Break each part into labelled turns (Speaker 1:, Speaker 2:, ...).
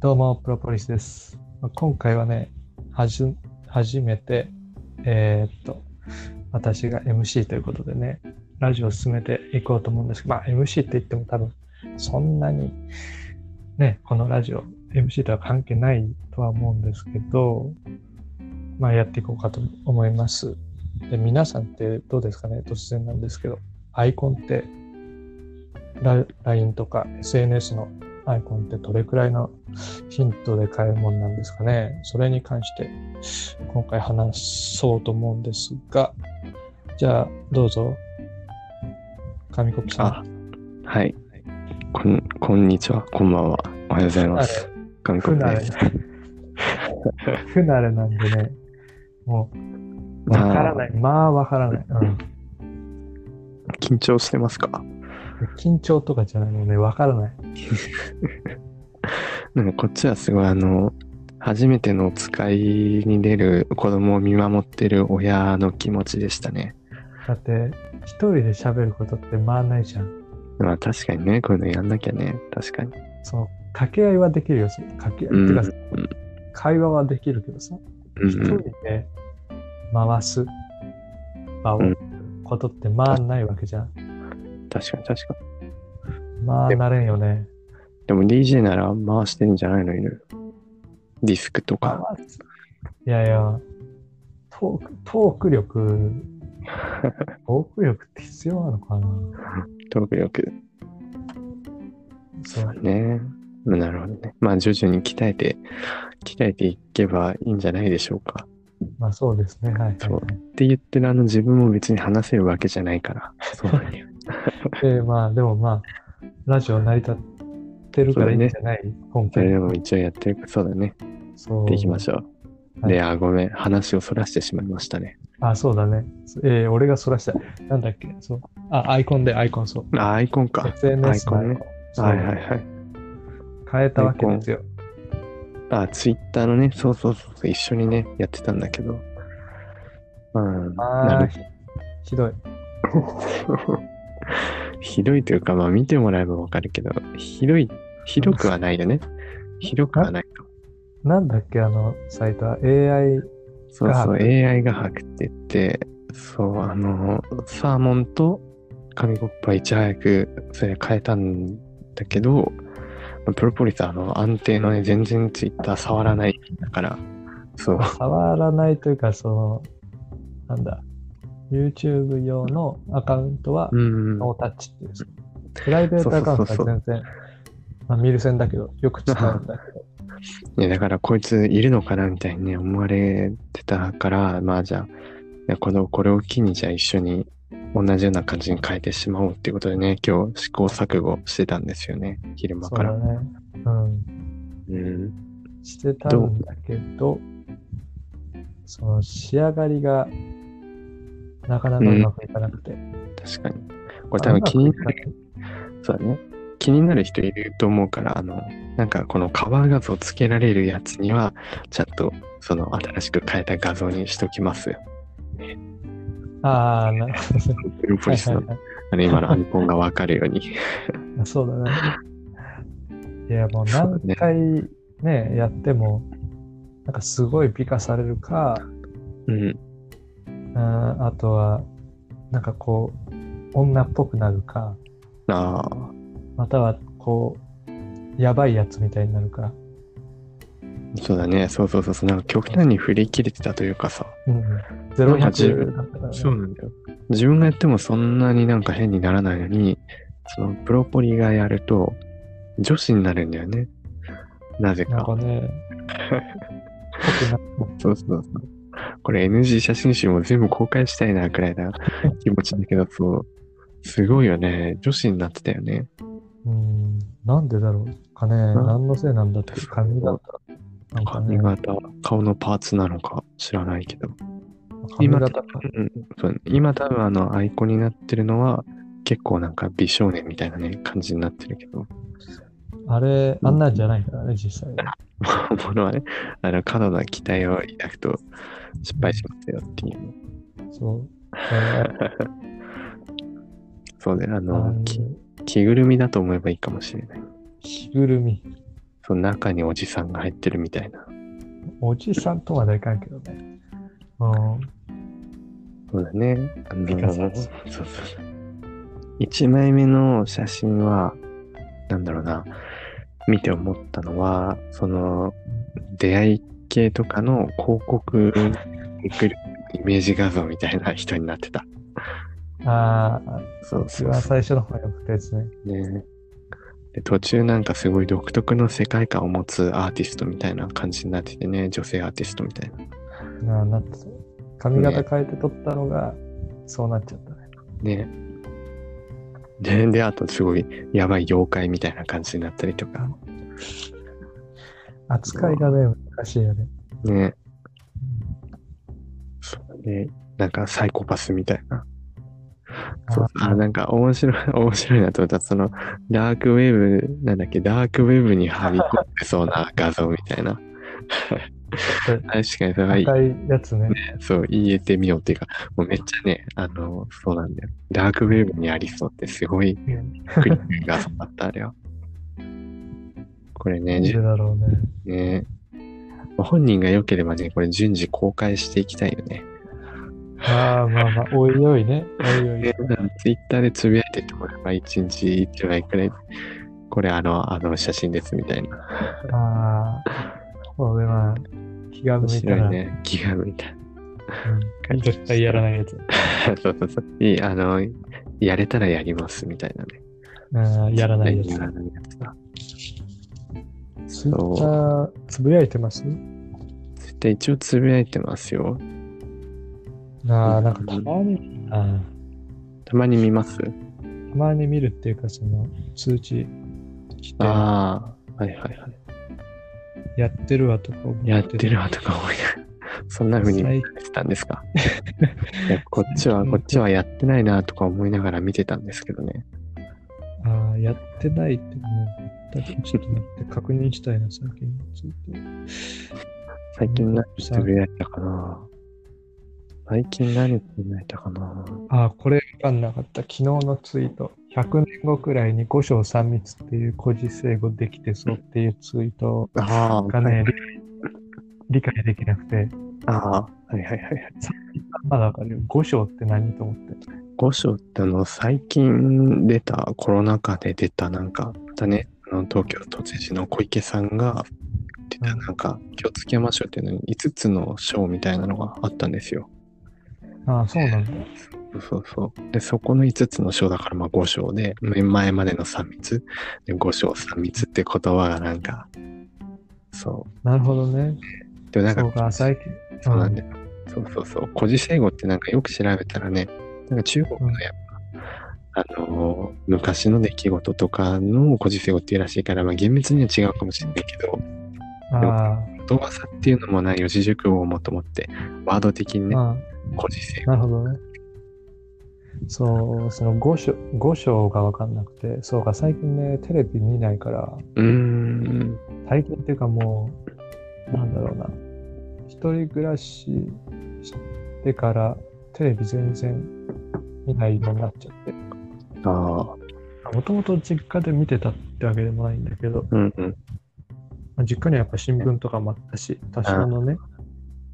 Speaker 1: どうも、プロポリスです。まあ今回はね、はじゅ初めて、えーっと、私が MC ということでね、ラジオを進めていこうと思うんですけど、まあ、MC って言っても多分、そんなに、ね、このラジオ、MC とは関係ないとは思うんですけど、まあ、やっていこうかと思います。で、皆さんってどうですかね、突然なんですけど、アイコンって、ラ LINE とか SNS のアイコンってどれくらいのヒントで買えるもんなんですかね。それに関して今回話そうと思うんですが、じゃあどうぞ。紙コップさん。
Speaker 2: あ、はい。こん、こんにちは。こんばんは。おはようございます。韓
Speaker 1: 不
Speaker 2: 国
Speaker 1: 慣れ
Speaker 2: です。
Speaker 1: 不慣れなんでね、もう、わからない。まあわからない。うん。
Speaker 2: 緊張してますか
Speaker 1: 緊張とかじゃないもんね、わからない。
Speaker 2: なんかこっちはすごいあの、初めてのお使いに出る子供を見守ってる親の気持ちでしたね。
Speaker 1: だって、一人で喋ることってまあないじゃん。
Speaker 2: まあ確かにね、こういうのやんなきゃね。確かに。
Speaker 1: その、掛け合いはできるよ。その掛け合い、
Speaker 2: うん
Speaker 1: ってか、会話はできるけどさ。
Speaker 2: う
Speaker 1: 一人
Speaker 2: ん。
Speaker 1: で回す場を
Speaker 2: うん
Speaker 1: ことってまあないわけじゃん。
Speaker 2: 確かに確かに。
Speaker 1: まあ
Speaker 2: で
Speaker 1: なれんよね。
Speaker 2: でも DJ なら回してんじゃないのいる。ディスクと
Speaker 1: 回
Speaker 2: か。
Speaker 1: すいやいや、トーク、トーク力、 トーク力って必要なのかな
Speaker 2: トーク力。
Speaker 1: そ
Speaker 2: そううね。まあなるほどね。まあ徐々に鍛えて、鍛えていけばいいんじゃないでしょうか。
Speaker 1: まあそうですね。はいはい、
Speaker 2: そう
Speaker 1: は
Speaker 2: って言ってるあの自分も別に話せるわけじゃないから。そうだね。
Speaker 1: い。で、まあでもまあ、ラジオ成り立ってるからいいんじゃない、今
Speaker 2: それ
Speaker 1: 回。
Speaker 2: でも一応やってる。そうだね。
Speaker 1: そ
Speaker 2: や
Speaker 1: う
Speaker 2: っていきましょう。
Speaker 1: はい
Speaker 2: で、あ、ごめん。話をそらしてしまいましたね。
Speaker 1: あ、そうだね。えー俺がそらした。なんだっけそう。あ、アイコンで、アイコン、そう。
Speaker 2: あ、アイコンか。
Speaker 1: SNS の
Speaker 2: アイコンね
Speaker 1: そう
Speaker 2: はいはいはい。
Speaker 1: 変えたわけですよ。
Speaker 2: あ、ツイッターのね、そうそうそうそう、一緒にね、やってたんだけど。うん。
Speaker 1: あ
Speaker 2: な
Speaker 1: あ
Speaker 2: る、
Speaker 1: ひどい。
Speaker 2: ひどいというか、まあ見てもらえばわかるけど、ひどい、ひどくはないよね。ひどくはないか。
Speaker 1: なんだっけ、あの、サイトは AI、
Speaker 2: そう
Speaker 1: 画
Speaker 2: そう、
Speaker 1: 伯
Speaker 2: AI 画伯って言って、そう、あの、サーモンと紙コップはいち早くそれ変えたんだけど、まあプロポリスはあの安定のね、全然ツイッター触らないだから、そう、
Speaker 1: 触らないというか、その、なんだ、YouTube 用のアカウントは
Speaker 2: うん、
Speaker 1: ノータッチっていう、プライベートアカウント
Speaker 2: そうそうそうそ
Speaker 1: は全
Speaker 2: う
Speaker 1: 然、まあ、見る線だけど、よく使うんだけ ど、
Speaker 2: いやだからこいついるのかなみたいにね、思われてたから、まあじゃあ、いやこの、これを機にじゃあ一緒に同じような感じに変えてしまおうっていうことでね、今日試行錯誤してたんですよね、昼間
Speaker 1: そ
Speaker 2: か
Speaker 1: う
Speaker 2: ら。
Speaker 1: だ
Speaker 2: う
Speaker 1: ね。うん。
Speaker 2: ん
Speaker 1: してたんだけど、その仕上がりが、なかなかうまくいかなくて。
Speaker 2: 確かに。これ多分気になる、
Speaker 1: る。
Speaker 2: そうだね。気になる人いると思うから、あの、なんかこのカバー画像つけられるやつには、ちゃんとその新しく変えた画像にしときますよ。
Speaker 1: ああ、なるほどね。
Speaker 2: プロポリス
Speaker 1: はい
Speaker 2: の
Speaker 1: はいはい
Speaker 2: あの今のアイコンがわかるように。
Speaker 1: あそうだね。いや、もう
Speaker 2: そう
Speaker 1: 何
Speaker 2: だね
Speaker 1: 回ね、やっても、なんかすごい美化されるか、
Speaker 2: うん。
Speaker 1: うん、あとは、なんかこう、女っぽくなるか、
Speaker 2: ああ、
Speaker 1: またはこう、やばいやつみたいになるか。
Speaker 2: そうだね。そうそうそうそう。なんか極端に振り切れてたというかさ。
Speaker 1: うん。ゼロ
Speaker 2: なんか自
Speaker 1: 1
Speaker 2: 分
Speaker 1: 0だったからね。
Speaker 2: なんだよ。自分がやってもそんなになんか変にならないのに、そのプロポリがやると、女子になるんだよね。なぜ
Speaker 1: なんかね、ぽくなる
Speaker 2: そうそうそう。これ NG 写真集も全部公開したいな、くら いな気持ちだけど、そう。すごいよね。女子になってたよね。
Speaker 1: うん、なんでだろうかね、
Speaker 2: ん
Speaker 1: 何のせいなんだっていう髪型。なんか
Speaker 2: 髪
Speaker 1: ね、
Speaker 2: 型、顔のパーツなのか知らないけど。
Speaker 1: 髪型か。
Speaker 2: うん、そうね今多分あのアイコンになってるのは、結構なんか美少年みたいなね、感じになってるけど。
Speaker 1: あれ、あんなんじゃないからね、実際は。
Speaker 2: ものはね、あの、過度な期待を抱くと失敗しますよっていう。
Speaker 1: そう。え
Speaker 2: そうね、あ
Speaker 1: ー、あ
Speaker 2: の、
Speaker 1: の
Speaker 2: き着ぐるみだと思えばいいかもしれない。
Speaker 1: 着ぐるみ。
Speaker 2: その中におじさんが入ってるみたいな。
Speaker 1: おじさんとはでかいけどね。うん。
Speaker 2: そうだね。あの
Speaker 1: ピカソ
Speaker 2: そうそうそう。1枚目の写真は、なんだろうな、見て思ったのは、その、出会い系とかの広告に来るイメージ画像みたいな人になってた。
Speaker 1: ああ、
Speaker 2: そう
Speaker 1: 一
Speaker 2: そう
Speaker 1: 番
Speaker 2: そ
Speaker 1: 最初の方が良くてですね。
Speaker 2: うね。で途中なんかすごい独特の世界観を持つアーティストみたいな感じになっててね、女性アーティストみたいな。
Speaker 1: なあなってそう髪型変えて撮ったのが、そうなっちゃったね。
Speaker 2: ね。で、で、あとすごいやばい妖怪みたいな感じになったりとか。
Speaker 1: 扱いがね、難しいよね。
Speaker 2: ね。そうね。なんかサイコパスみたいな。そう
Speaker 1: あ
Speaker 2: あ、なんか面白い、 面白いなと思った。その、ダークウェブ、なんだっけ、ダークウェブにはびこってそ うな画像みたいな。確かにそれはいい、
Speaker 1: 赤いやつね。
Speaker 2: そう、言えてみようっていうか、もうめっちゃね、あの、そうなんだよ。ダークウェブにありそうってすごい
Speaker 1: うん
Speaker 2: クリックがそうだった、あれは。これね、
Speaker 1: いるだろうね。
Speaker 2: ね。本人が良ければね、これ順次公開していきたいよね。
Speaker 1: まあまあまあ、おいおいね。おいおい。
Speaker 2: ツイッターでつぶやいてってもらえば、一日一枚くらい、これあの、あの写真ですみたいな。
Speaker 1: ああ、これは、気が
Speaker 2: 面
Speaker 1: 向いた
Speaker 2: 白い
Speaker 1: ら、
Speaker 2: ね。気が向いた。
Speaker 1: うん絶対やらないやつ。
Speaker 2: そうそうそう。いい、あの、やれたらやりますみたいなね。
Speaker 1: うん、やらないや
Speaker 2: や
Speaker 1: つ。
Speaker 2: らないやつだ。
Speaker 1: ツイッター、つぶやいてます
Speaker 2: ツイッター一応つぶやいてますよ。
Speaker 1: あ
Speaker 2: う
Speaker 1: あ、
Speaker 2: ん
Speaker 1: なんかたまに、あ
Speaker 2: たまに見ます
Speaker 1: ーたまに見るっていうか、その、通知来て、
Speaker 2: ああ、はいはいはい。
Speaker 1: やってるわとか思
Speaker 2: やってるわとか思いながら。 そんな風に見てたんで すかいやこっちは、こっちはやってないなとか思いながら見てたんですけどね。
Speaker 1: ああ、やってないってもう、だってちょっと待って、確認したいな、最近について。
Speaker 2: 最近何
Speaker 1: さ
Speaker 2: つぶやいたかな最近何つぶやいたかな
Speaker 1: ああ、これわかんなかった。昨日のツイート。100年後くらいに五章三密っていう古事成語できてそうっていうツイート
Speaker 2: あー
Speaker 1: がね、理解理解できなくて、
Speaker 2: あー、はいはいはいはい。
Speaker 1: まだわかるよ。五章って何と思って。
Speaker 2: 五章ってあの、最近出た、コロナ禍で出たなんか、またね、あの東京都知事の小池さんが出た
Speaker 1: うん
Speaker 2: なんか、気をつけましょうっていうのに5つの章みたいなのがあったんですよ。
Speaker 1: ああ、そうなんだ。
Speaker 2: そうそうそう。で、そこの5つの章だからまあ5章で、前までの3密。で、5章3密って言葉がなんか、そ
Speaker 1: なるほどね。
Speaker 2: う。でもなんか、
Speaker 1: そうか、最近。
Speaker 2: そうなんだよ。そうそうそう。古事成語ってなんかよく調べたらね、なんか中国のやっぱ、あのー昔の出来事とかの古事成語っていうらしいから、まあ厳密には違うかもしれないけど、
Speaker 1: あ
Speaker 2: 動画さっていうのもない四字熟語をもともって、ワード的に
Speaker 1: あ、
Speaker 2: ね、
Speaker 1: ああ、
Speaker 2: 古事成語。
Speaker 1: なるほどね。そう、その五章、五章がわかんなくて、そうか、最近ね、テレビ見ないから、
Speaker 2: うーん。
Speaker 1: 最近っていうかもう、なんだろうな、一人暮らししてから、テレビ全然見ないようになっちゃって、
Speaker 2: ああ。
Speaker 1: もともと実家で見てたってわけでもないんだけど、
Speaker 2: うんうん。
Speaker 1: まあ、実家にはやっぱ新聞とかもあったし、多少のね、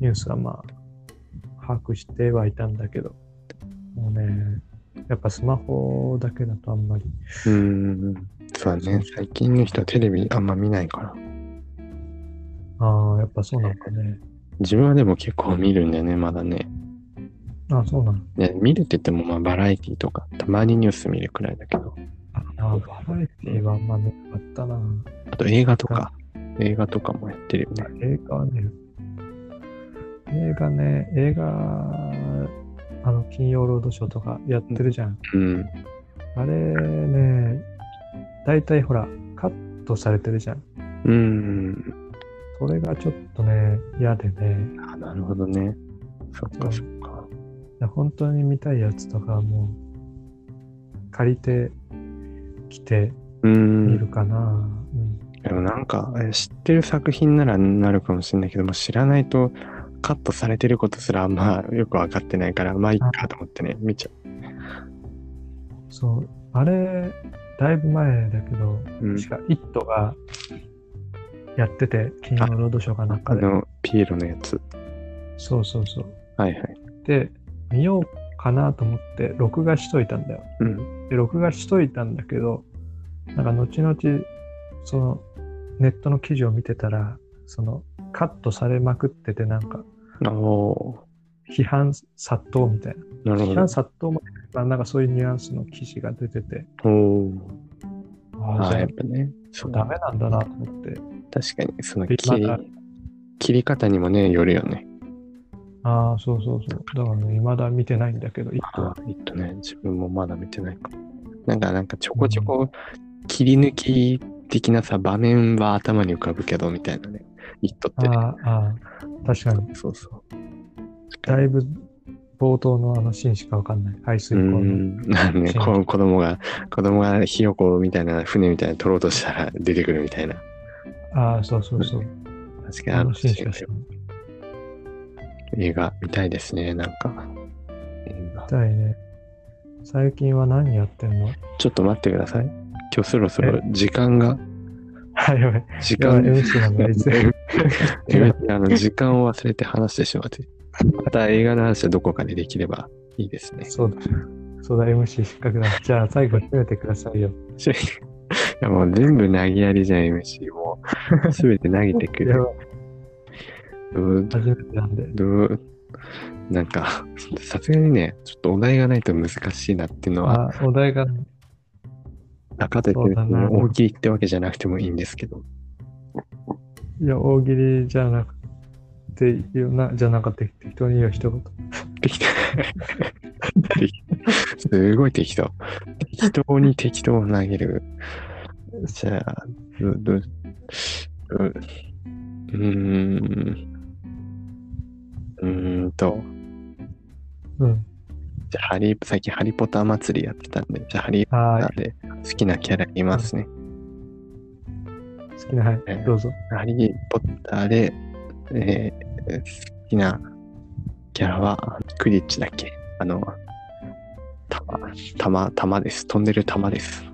Speaker 1: ニュースはまあ、把握してはいたんだけど、もうね、やっぱスマホだけだとあんまり、
Speaker 2: うーん。そうだね。最近の人はテレビあんま見ないから。
Speaker 1: ああ、やっぱそうなのかね。
Speaker 2: 自分はでも結構見るんだよね、まだね。
Speaker 1: ああ、そうなの。
Speaker 2: ね見るって言っても、まあ、バラエティとか、たまにニュース見るくらいだけど。
Speaker 1: ああ、バラエティはあんまね、あったな。
Speaker 2: あと映画とか、映画とかもやってるよね。
Speaker 1: 映画はね、映画ね、映画、あの、金曜ロードショーとかやってるじゃん。
Speaker 2: うん。
Speaker 1: あれね、大体ほら、カットされてるじゃん。
Speaker 2: うーん。
Speaker 1: それがちょっとね、嫌でね、
Speaker 2: あ、なるほどね。そっかそっか。
Speaker 1: 本当に見たいやつとかはもう、借りてきて
Speaker 2: うー
Speaker 1: 見
Speaker 2: ん。
Speaker 1: るかな。うん
Speaker 2: でもなんか、え知ってる作品ならなるかもしれないけども、知らないと、カットされてることすらあんまよくわかってないから、まあいいかと思ってね、見ちゃ
Speaker 1: そう、あれ、だいぶ前だけど、
Speaker 2: う。うん。
Speaker 1: 確か、イットが、やってて、金曜ロードショーかなん
Speaker 2: あ
Speaker 1: かで。
Speaker 2: の、ピエロのやつ。
Speaker 1: そうそうそう。
Speaker 2: はいはい。
Speaker 1: で、見ようかなと思って、録画しといたんだよ。
Speaker 2: うん。
Speaker 1: で、録画しといたんだけど、なんか後々、その、ネットの記事を見てたら、その、カットされまくってて、なんか、
Speaker 2: あお
Speaker 1: 批判殺到みたいな。
Speaker 2: ーなる
Speaker 1: 批
Speaker 2: ほど
Speaker 1: 判。殺到も、まあなんかそういうニュアンスの記事が出てて、
Speaker 2: おー
Speaker 1: あ
Speaker 2: あ
Speaker 1: あ、
Speaker 2: ー
Speaker 1: じ
Speaker 2: や
Speaker 1: ゃ
Speaker 2: っぱね。そう
Speaker 1: あダメなんだなと思って。
Speaker 2: 確かに、その
Speaker 1: で
Speaker 2: 切り
Speaker 1: また
Speaker 2: 切り方にもね、よるよね。
Speaker 1: ああ、そうそうそう。だからね、未だ見てないんだけど、一個
Speaker 2: あえっとね、自分もまだ見てないかも。なんか、なんかちょこちょこ切り抜き的なさ、場面は頭に浮かぶけど、みたいなね。イットってね。
Speaker 1: ああ、ああ、確かに。
Speaker 2: そうそう。
Speaker 1: だいぶ冒頭のあのシーンしかわかんない。排水
Speaker 2: う
Speaker 1: 口の。
Speaker 2: ん。なんね、こう子供が、子供がひよこみたいな船みたいなの取ろうとしたら出てくるみたいな。
Speaker 1: ああ、そうそうそう。
Speaker 2: 確かに
Speaker 1: あ
Speaker 2: あ
Speaker 1: の
Speaker 2: の
Speaker 1: シーンしか知らない。
Speaker 2: 映画見たいですね、なんか。映画
Speaker 1: 痛いね。最近は何やってんの
Speaker 2: ちょっと待ってください。今日そろそろ時間が、
Speaker 1: はいはい。
Speaker 2: 時
Speaker 1: いや、
Speaker 2: 間
Speaker 1: MC なんだ、い つ。
Speaker 2: あの時間を忘れて話してしまって。また映画の話はどこかでできればいいですね。
Speaker 1: そうだ。そうだ、MC 失格だ。じゃあ、最後、締めてくださいよ。
Speaker 2: いやもう全部投げやりじゃん、MC。もう、すべて投げてく
Speaker 1: いや
Speaker 2: る。、どう
Speaker 1: 初めてなんで。
Speaker 2: どうなんか、さすがにね、ちょっとお題がないと難しいなっていうのは、
Speaker 1: あお題が、
Speaker 2: 中で
Speaker 1: そうだな
Speaker 2: 大喜利ってわけじゃなくてもいいんですけど、
Speaker 1: いや、大喜利じゃなくて、いいよな、じゃなかった。適当に言うよ、一言。
Speaker 2: 適当。適当すごい適当。適当に適当を投げる。じゃあ、ど、ど、ううーん。うーんと、
Speaker 1: うん。
Speaker 2: じゃあハリ、最近ハリポタ祭りやってたんで、じゃあハリポ
Speaker 1: は
Speaker 2: タで好きなキャラいますね。
Speaker 1: い。好きな、は
Speaker 2: えー
Speaker 1: い。どうぞ。
Speaker 2: ハリー・ポッターで、えー好きなキャラは、クリッチだっけあの、玉、玉、玉です。飛んでる玉です。